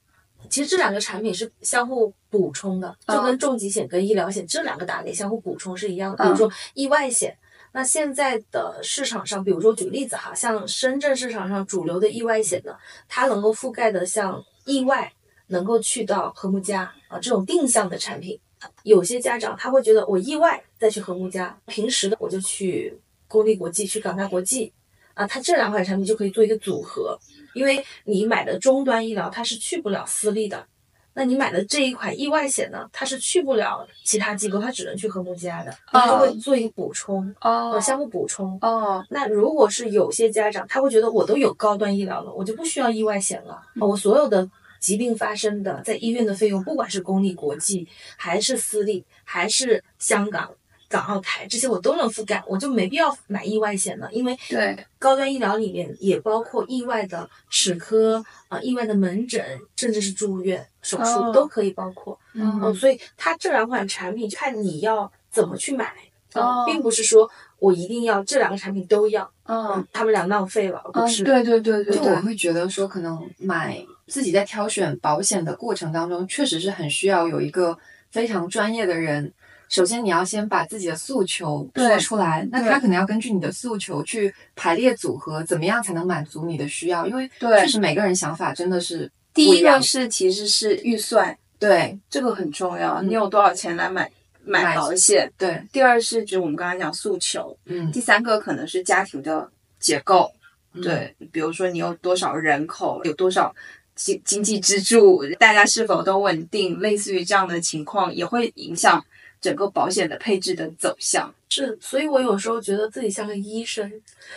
其实这两个产品是相互补充的，
嗯
就跟重疾险跟医疗险这两个打类相互补充是一样的。比
嗯
如说意外险，那现在的市场上，比如说举例子哈，像深圳市场上主流的意外险呢，它能够覆盖的像意外能够去到和睦家啊这种定向的产品。有些家长他会觉得我意外再去和睦家，平时的我就去公立国际、去港大国际啊，它这两款产品就可以做一个组合，因为你买的终端医疗它是去不了私立的，那你买的这一款意外险呢，它是去不了其他机构，它只能去和睦家的，它会做一个补充，
哦
呃，相互补充。
哦，
那如果是有些家长，他会觉得我都有高端医疗了，我就不需要意外险了，哦我所有的疾病发生的在医院的费用，不管是公立、国际，还是私立，还是香港、港澳台这些，我都能覆盖，我就没必要买意外险了，因为
对，
高端医疗里面也包括意外的齿科啊、呃意外的门诊，甚至是住院、手术、
哦
都可以包括。
嗯
嗯，所以它这两款产品看你要怎么去买，嗯
哦
并不是说我一定要这两个产品都要，
嗯，
他们俩浪费了，不
嗯，
是。
对对对对
就我
对，
会觉得说，可能买自己在挑选保险的过程当中，确实是很需要有一个非常专业的人。首先，你要先把自己的诉求说
对
出来，那
对
他可能要根据你的诉求去排列组合，怎么样才能满足你的需要？因为
对
确实每个人想法真的是
第
不
一
样
个是其实是预算，
对
这个很重要，
嗯
你有多少钱来买买
买
保险？
对，
第二是指我们刚才讲诉求，
嗯，
第三个可能是家庭的结构，
嗯，
(laughs) 对，比如说你有多少人口，有多少经经济支柱，大家是否都稳定，类似于这样的情况也会影响整个保险的配置的走向。
是，所以我有时候觉得自己像个医生。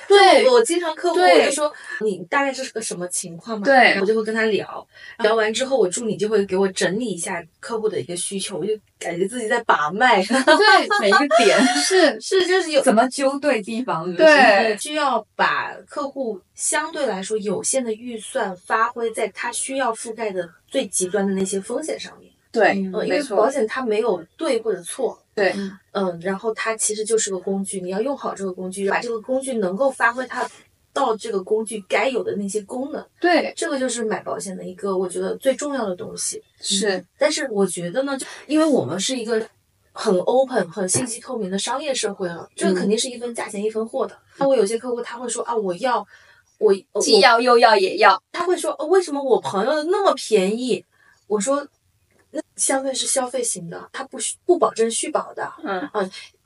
对
我经常客户
对
我就说你大概是个什么情况嘛？
对
我就会跟他聊，聊完之后，我助理就会给我整理一下客户的一个需求，我就感觉自己在把脉， (laughs)
对，每一个点
是，
是就是
(laughs)
有
怎么揪对地方？是不是
对
呃，需要把客户相对来说有限的预算发挥在他需要覆盖的最极端的那些风险上面。
对，
嗯，因
没
为
错
保险它没有对或者错。
对
嗯
嗯，然后它其实就是个工具，你要用好这个工具，把这个工具能够发挥它到这个工具该有的那些功能，
对，
这个就是买保险的一个我觉得最重要的东西。
是，
但是我觉得呢，就因为我们是一个很 open、很信息透明的商业社会了，这
嗯
个肯定是一分价钱一分货的。那、我有些客户他会说啊，我要我我
既要又要也要，
他会说、哦为什么我朋友的那么便宜？我说那消费是消费型的，它不需不保证续保的。
嗯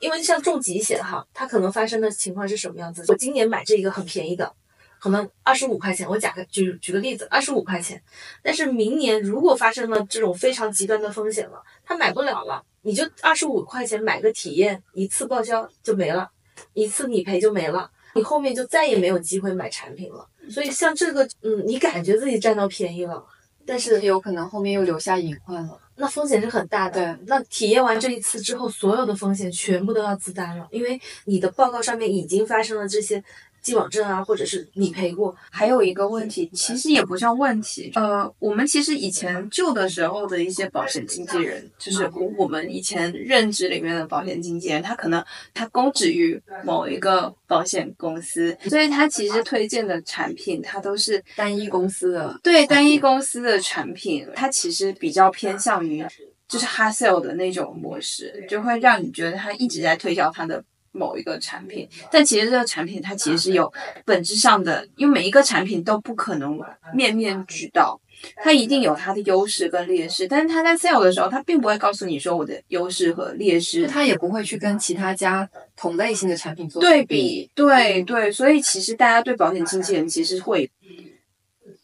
因为像重疾险哈，它可能发生的情况是什么样子？我今年买这一个很便宜的，可能二十五块钱，我假个举举个例子，二十五块钱。但是明年如果发生了这种非常极端的风险了，他买不了了，你就二十五块钱买个体验一次报销就没了，一次理赔就没了，你后面就再也没有机会买产品了。所以像这个，嗯，你感觉自己占到便宜了，但是
有可能后面又留下隐患了。
那风险是很大的。
对，
那体验完这一次之后，所有的风险全部都要自担了，因为你的报告上面已经发生了这些既往症啊，或者是理赔过。
还有一个问题，其实也不叫问题，呃，我们其实以前旧的时候的一些保险经纪人，就是我们以前认知里面的保险经纪人，他可能他供职于某一个保险公司，所以他其实推荐的产品，它都是
单一公司的，
对单一公司的产品，它其实比较偏向于就是 hard sell 的那种模式，就会让你觉得他一直在推销他的。某一个产品，但其实这个产品它其实有本质上的，因为每一个产品都不可能面面俱到，它一定有它的优势跟劣势，但是它在 sale 的时候，它并不会告诉你说我的优势和劣势
就。他也不会去跟其他家同类型的产品做
对，比，对对，所以其实大家对保险经纪人其实会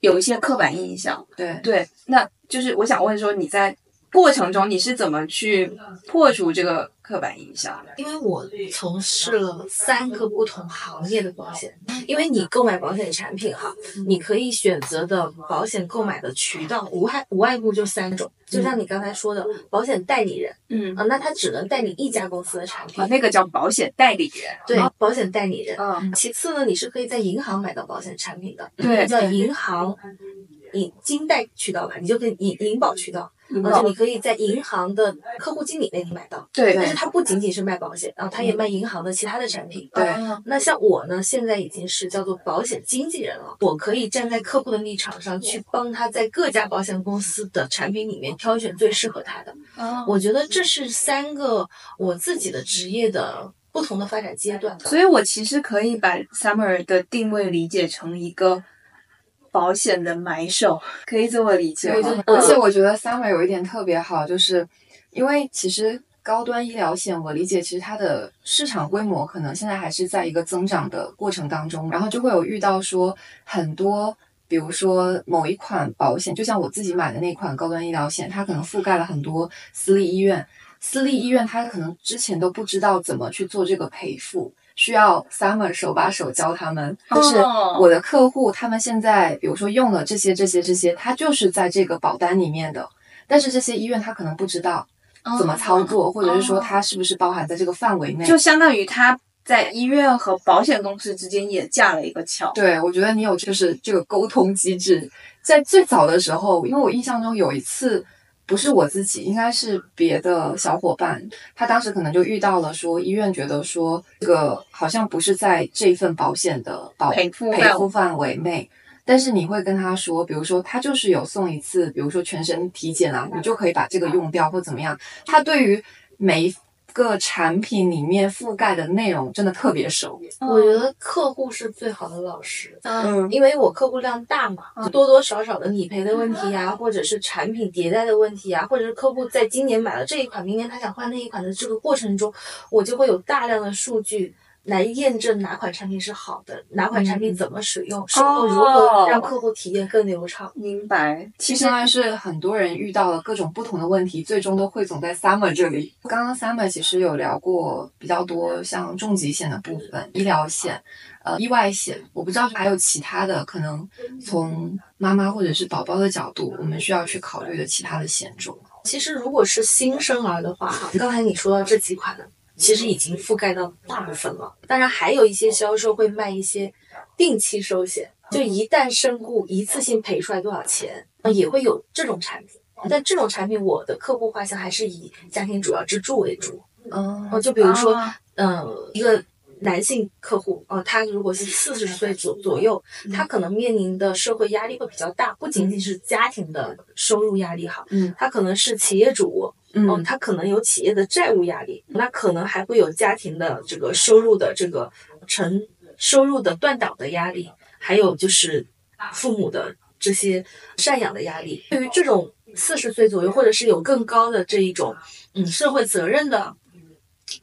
有一些刻板印象，
对，
对，那就是我想问说，你在过程中你是怎么去破除这个刻板印象的？
因为我从事了三个不同行业的保险，因为你购买保险产品哈，
嗯
你可以选择的保险购买的渠道无外无外乎就三种，就像你刚才说的，保险代理人
嗯，
啊，那他只能代理一家公司的产品
啊，，那个叫保险代理人。
对，保险代理人。
嗯，
其次呢，你是可以在银行买到保险产品的，
对
叫银行银金贷渠道吧，你就可以银银保渠道，
银
啊，
保
就你可以在银行的客户经理那里买到。
对
但是它不仅仅是卖保险，啊，它也卖银行的其他的产品。
对
嗯
那像我呢，现在已经是叫做保险经纪人了，我可以站在客户的立场上去帮他在各家保险公司的产品里面挑选最适合他的。我觉得这是三个我自己的职业的不同的发展阶段吧。
所以我其实可以把 Summer 的定位理解成一个保险的买手，可以这么理解
所以就
吗？
而且我觉得 Summer 有一点特别好，就是因为其实高端医疗险，我理解其实它的市场规模可能现在还是在一个增长的过程当中，然后就会有遇到说很多。比如说某一款保险，就像我自己买的那款高端医疗险，它可能覆盖了很多私立医院，私立医院它可能之前都不知道怎么去做这个赔付，需要 Summer 手把手教他们。就是
哦
我的客户，他们现在比如说用了这些、这些、这些，他就是在这个保单里面的，但是这些医院他可能不知道
哦
怎么哦操作，或者是说它是不是包含在这个范围内。
就相当于他在医院和保险公司之间也架了一个桥。
对，我觉得你有就是这个沟通机制，在最早的时候，因为我印象中有一次，不是我自己，应该是别的小伙伴，他当时可能就遇到了说医院觉得说这个好像不是在这份保险的保
赔付
赔
范
付范围内。但是你会跟他说，比如说他就是有送一次，比如说全身体检啊，你就可以把这个用掉或怎么样。他对于每一个产品里面覆盖的内容真的特别熟，
嗯
我觉得客户是最好的老师，
嗯
因为我客户量大嘛，多多少少的理赔的问题呀、或者是产品迭代的问题呀、或者是客户在今年买了这一款，明年他想换那一款的这个过程中，我就会有大量的数据。来验证哪款产品是好的，哪款产品怎么使用，售后如何让客户体验更流畅。
明白。
其
其
实
实
相当于是很多人遇到了各种不同的问题，最终都汇总在 Summer 这里。刚刚 Summer 其实有聊过比较多像重疾险的部分、医疗险、呃意外险，我不知道还有其他的可能从妈妈或者是宝宝的角度，我们需要去考虑的其他的险种。
其实如果是新生儿的话，哈，刚才你说到这几款呢，其实已经覆盖到大部分了。当然，还有一些销售会卖一些定期寿险，就一旦身故一次性赔出来多少钱，呃也会有这种产品。但这种产品，我的客户画像还是以家庭主要支柱为主。
嗯
哦，就比如说，
啊
呃，一个男性客户，哦、他如果是四十岁左左右，他可能面临的社会压力会比较大，不仅仅是家庭的收入压力哈，
嗯
他可能是企业主，哦，
嗯
他可能有企业的债务压力，那可能还会有家庭的这个收入的这个成收入的断档的压力，还有就是父母的这些赡养的压力。对于这种四十岁左右，或者是有更高的这一种嗯社会责任的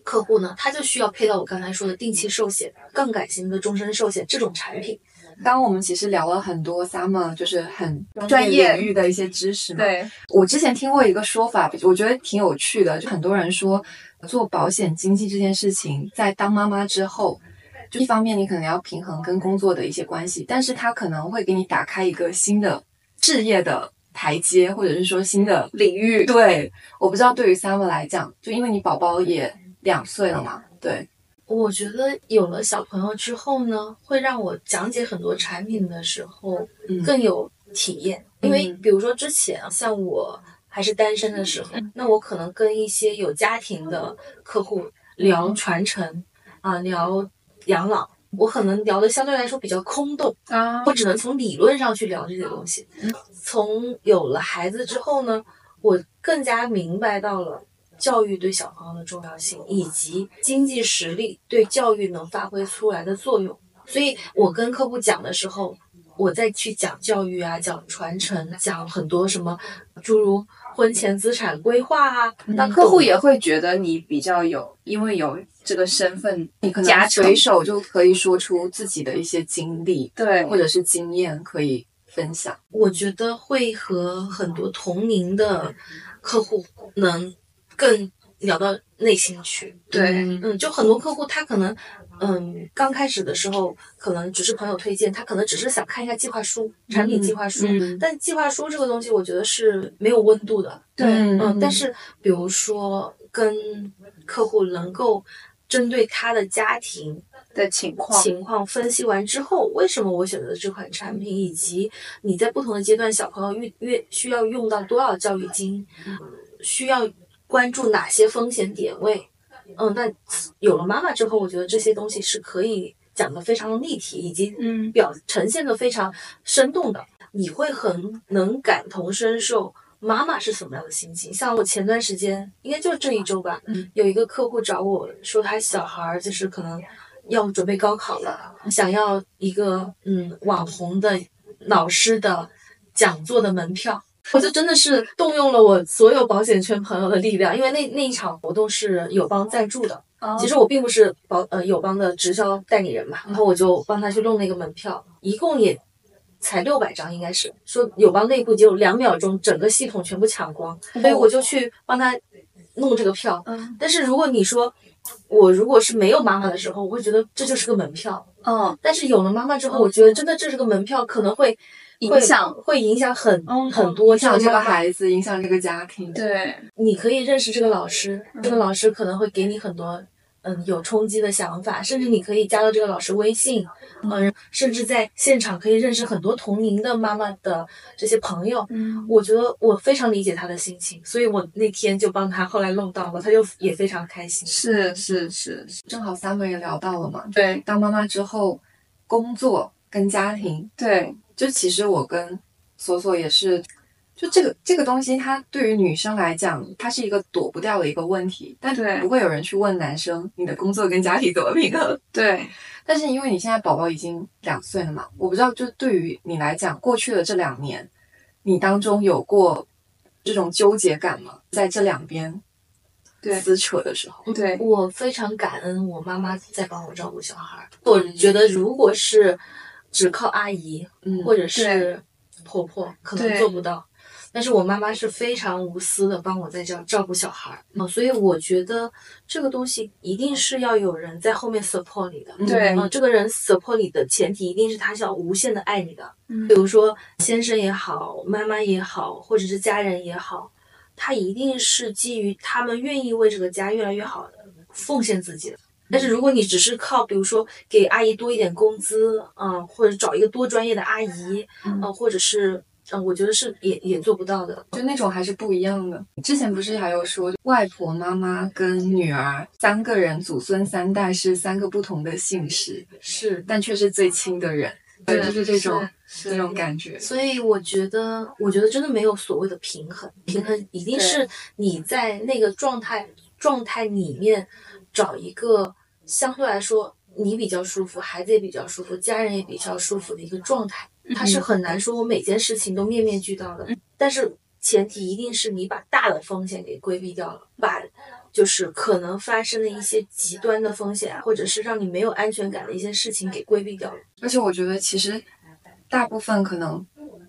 客户呢，他就需要配到我刚才说的定期寿险、杠杆型的终身寿险这种产品。
刚刚我们其实聊了很多 Summer 就是很
专业
领域的一些知识嘛。
对，
我之前听过一个说法，我觉得挺有趣的，就很多人说做保险经纪这件事情，在当妈妈之后，就一方面你可能要平衡跟工作的一些关系，但是它可能会给你打开一个新的置业的台阶，或者是说新的
领域
对，我不知道对于 Summer 来讲，就因为你宝宝也两岁了嘛，对，
我觉得有了小朋友之后呢，会让我讲解很多产品的时候
嗯
更有体验。因为
嗯
比如说之前啊像我还是单身的时候，那我可能跟一些有家庭的客户聊传承啊、聊养老，我可能聊的相对来说比较空洞，
啊
我只能从理论上去聊这些东西。从有了孩子之后呢，我更加明白到了教育对小朋友的重要性，以及经济实力对教育能发挥出来的作用。所以我跟客户讲的时候，我再去讲教育啊，讲传承，讲很多什么，诸如婚前资产规划啊，那
客户也会觉得你比较有，因为有这个身份
你可
加
能
成
随手就可以说出自己的一些经历
对，
或者是经验可以分享。
我觉得会和很多同龄的客户能更聊到内心去。
对
嗯
嗯，就很多客户他可能，嗯，刚开始的时候可能只是朋友推荐，他可能只是想看一下计划书、产品计划书。
嗯，
但计划书这个东西，我觉得是没有温度的。
对
嗯
嗯，但是比如说跟客户能够针对他的家庭
的情况，
情况分析完之后，为什么我选择这款产品，以及你在不同的阶段小朋友遇越需要用到多少教育金，呃需要关注哪些风险点位，嗯，那有了妈妈之后，我觉得这些东西是可以讲的非常立体，以及
嗯，
表呈现的非常生动的，你会很能感同身受妈妈是什么样的心情。像我前段时间，应该就是这一周吧，
嗯
有一个客户找我说，他小孩儿就是可能要准备高考了，想要一个嗯网红的老师的讲座的门票。我就真的是动用了我所有保险圈朋友的力量，因为那那一场活动是友邦赞助的，其实我并不是保呃友邦的直销代理人嘛，然后我就帮他去弄了一个门票，一共也才六百张，应该是说友邦内部只有两秒钟，整个系统全部抢光，所以我就去帮他弄这个票。
嗯
但是如果你说我如果是没有妈妈的时候，我会觉得这就是个门票，
嗯，
但是有了妈妈之后，我觉得真的这是个门票，可能会
影响
会会影响很
嗯
很多
影响这个
妈妈
孩子，影响这个家庭。
对，
你可以认识这个老师，这个老师可能会给你很多嗯有冲击的想法，甚至你可以加到这个老师微信，嗯，甚至在现场可以认识很多同龄的妈妈的这些朋友。
嗯，
我觉得我非常理解他的心情，所以我那天就帮他后来弄到了，他就也非常开心。
是是是，是
正好 Summer 也聊到了嘛，
对
当妈妈之后，工作跟家庭
对，
就其实我跟索索也是，就这个这个东西，它对于女生来讲，它是一个躲不掉的一个问题，但
对
不会有人去问男生你的工作跟家庭怎么平衡。
对，
但是因为你现在宝宝已经两岁了嘛，我不知道，就对于你来讲，过去的这两年，你当中有过这种纠结感吗？在这两边
对
撕扯的时候，
对
我非常感恩我妈妈在帮我照顾小孩儿。我觉得如果是只靠阿姨
嗯
或者是婆婆，可能
对
做不到。但是我妈妈是非常无私的帮我在这照顾小孩儿，嗯，所以我觉得这个东西一定是要有人在后面 support 你的，
对
嗯，这个人 support 你的前提一定是他是要无限的爱你的，
嗯
比如说先生也好，妈妈也好，或者是家人也好，他一定是基于他们愿意为这个家越来越好的奉献自己的。但是如果你只是靠，比如说给阿姨多一点工资，啊、或者找一个多专业的阿姨，
嗯
啊、或者是，嗯、我觉得是也也做不到的。
就那种还是不一样的。之前不是还有说，外婆、妈妈跟女儿三个人，祖孙三代是三个不同的姓氏，
是，
但却是最亲的人。对，就是这种
是
这种感觉。
所以我觉得，我觉得真的没有所谓的平衡，平衡一定
对
是你在那个状态状态里面找一个相对来说你比较舒服，孩子也比较舒服，家人也比较舒服的一个状态。它是很难说我每件事情都面面俱到的，但是前提一定是你把大的风险给规避掉了，把就是可能发生的一些极端的风险啊，或者是让你没有安全感的一些事情给规避掉了。
而且我觉得，其实大部分可能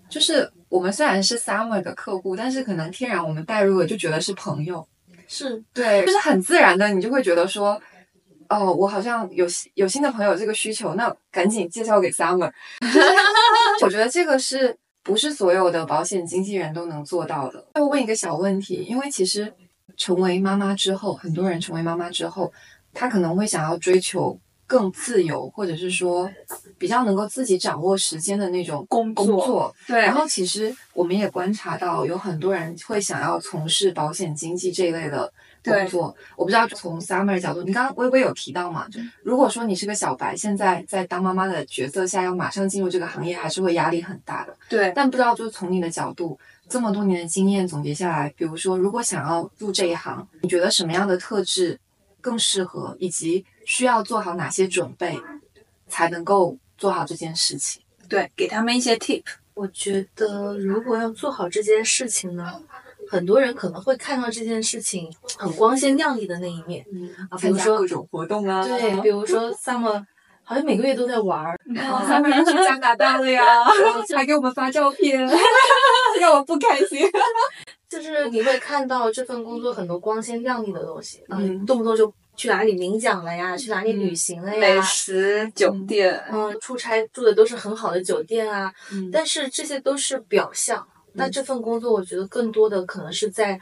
就是我们虽然是 Summer 的客户，但是可能天然我们带入了，就觉得是朋友。
是，
对，就是很自然的，你就会觉得说，哦，我好像有新有新的朋友这个需求，那赶紧介绍给 Summer。我觉得这个是不是所有的保险经纪人都能做到的？那我问一个小问题，因为其实成为妈妈之后，很多人成为妈妈之后，她可能会想要追求更自由，或者是说比较能够自己掌握时间的那种
工
工
作
作。
对
然后其实我们也观察到，有很多人会想要从事保险经纪这一类的工作。我不知道从 Summer 角度，你刚刚微微有提到嘛？就如果说你是个小白，现在在当妈妈的角色下，要马上进入这个行业，还是会压力很大的。
对，
但不知道，就是从你的角度，这么多年的经验总结下来，比如说，如果想要入这一行，你觉得什么样的特质更适合，以及需要做好哪些准备，才能够做好这件事情？
对，给他们一些 tip。
我觉得如果要做好这件事情呢，很多人可能会看到这件事情很光鲜亮丽的那一面啊，比
参
如
加
说
各种活动啊，
对，比如说 summer 好像每个月都在玩儿，
啊他们去加拿大了呀， (laughs) 还给我们发照
(laughs)
片，让我不开心。
就是你会看到这份工作很多光鲜亮丽的东西，啊
嗯
动不动就去哪里领奖了呀，去哪里旅行了
美
呀。
食酒店，
嗯，出差住的都是很好的酒店啊，
(laughs) 嗯
但是这些都是表象。那这份工作，我觉得更多的可能是在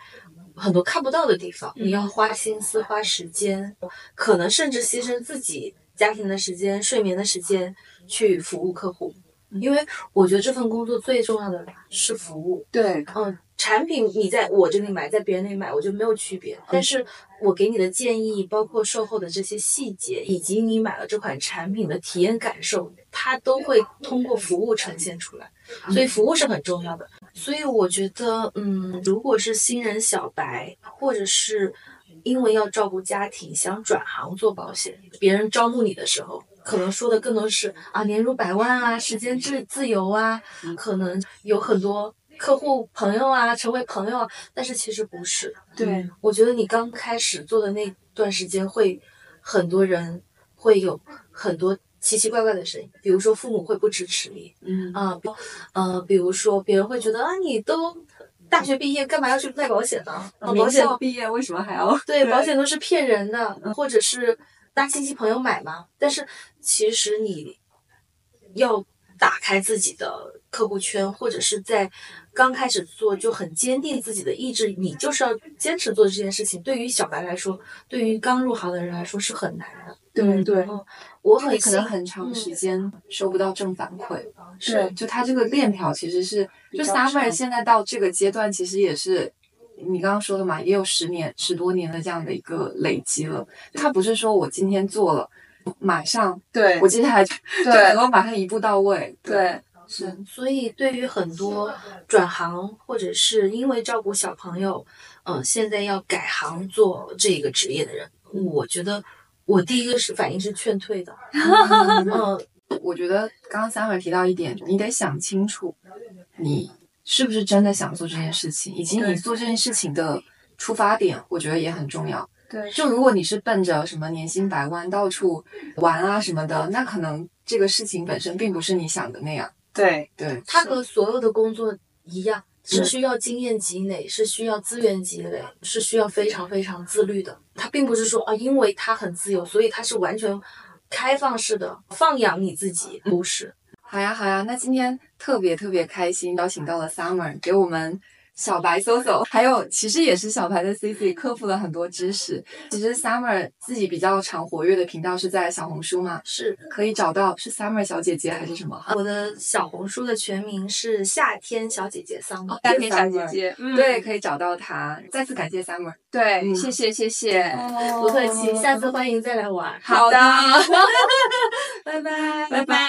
很多看不到的地方，
嗯
你要花心思、花时间，可能甚至牺牲自己家庭的时间、睡眠的时间去服务客户。因为我觉得这份工作最重要的是服务。
对，
嗯，产品你在我这里买，在别人那里买，我就没有区别。但是我给你的建议，包括售后的这些细节，以及你买了这款产品的体验感受，它都会通过服务呈现出来。所以服务是很重要的。所以我觉得，嗯，如果是新人小白，或者是因为要照顾家庭想转行做保险，别人招募你的时候。可能说的更多是啊，年入百万啊，时间自自由啊，可能有很多客户朋友啊，成为朋友啊，但是其实不是。
对，
我觉得你刚开始做的那段时间会，很多人会有很多奇奇怪怪的声音，比如说父母会不支持你
嗯
啊，比呃，比如说别人会觉得啊，你都大学毕业，干嘛要去卖保险呢？啊保
名
险
校毕业为什么还要？
对，保险都是骗人的，
嗯
或者是拉亲戚朋友买嘛。但是其实你要打开自己的客户圈，或者是在刚开始做就很坚定自己的意志，你就是要坚持做这件事情。对于小白来说，对于刚入行的人来说是很难的。
对对
嗯，我
那
很
你可能
幸
很长时间收不到正反馈。
嗯对
就它这个链条其实是，就
比较
summer
长
现在到这个阶段，其实也是你刚刚说的嘛，也有十年、十多年的这样的一个累积了。它不是说我今天做了，马上
对
我接下来就就能
对
够马上一步到位。，
对，
是
所以对于很多转行或者是因为照顾小朋友，嗯、现在要改行做这个职业的人，嗯我觉得我第一个是反应是劝退的。嗯、
我觉得刚刚 summer 提到一点，你得想清楚，你是不是真的想做这件事情，以及你
对
做这件事情的出发点，我觉得也很重要。
对
就如果你是奔着什么年薪百万到处玩啊什么的，那可能这个事情本身并不是你想的那样。
对
对，
它和所有的工作一样，是需要经验积累，是需要资源积累，是需要非常非常自律的。它并不是说啊，因为它很自由，所以它是完全开放式的放养你自己，不是。
好呀好呀，那今天特别特别开心，邀请到了 Summer 给我们。小白搜搜，还有其实也是小白的 CC 科普了很多知识。其实 Summer 自己比较常活跃的频道是在小红书嘛，
是呃
可以找到是 Summer 小姐姐还是什么？
我的小红书的全名是夏天小姐姐桑
哦
巴。
夏天小姐姐，嗯，
对，可以找到她。再次感谢 Summer，嗯
对，谢谢谢谢，
不
不客气，下次欢迎再来玩。
好的，
拜拜，
(laughs) 拜拜。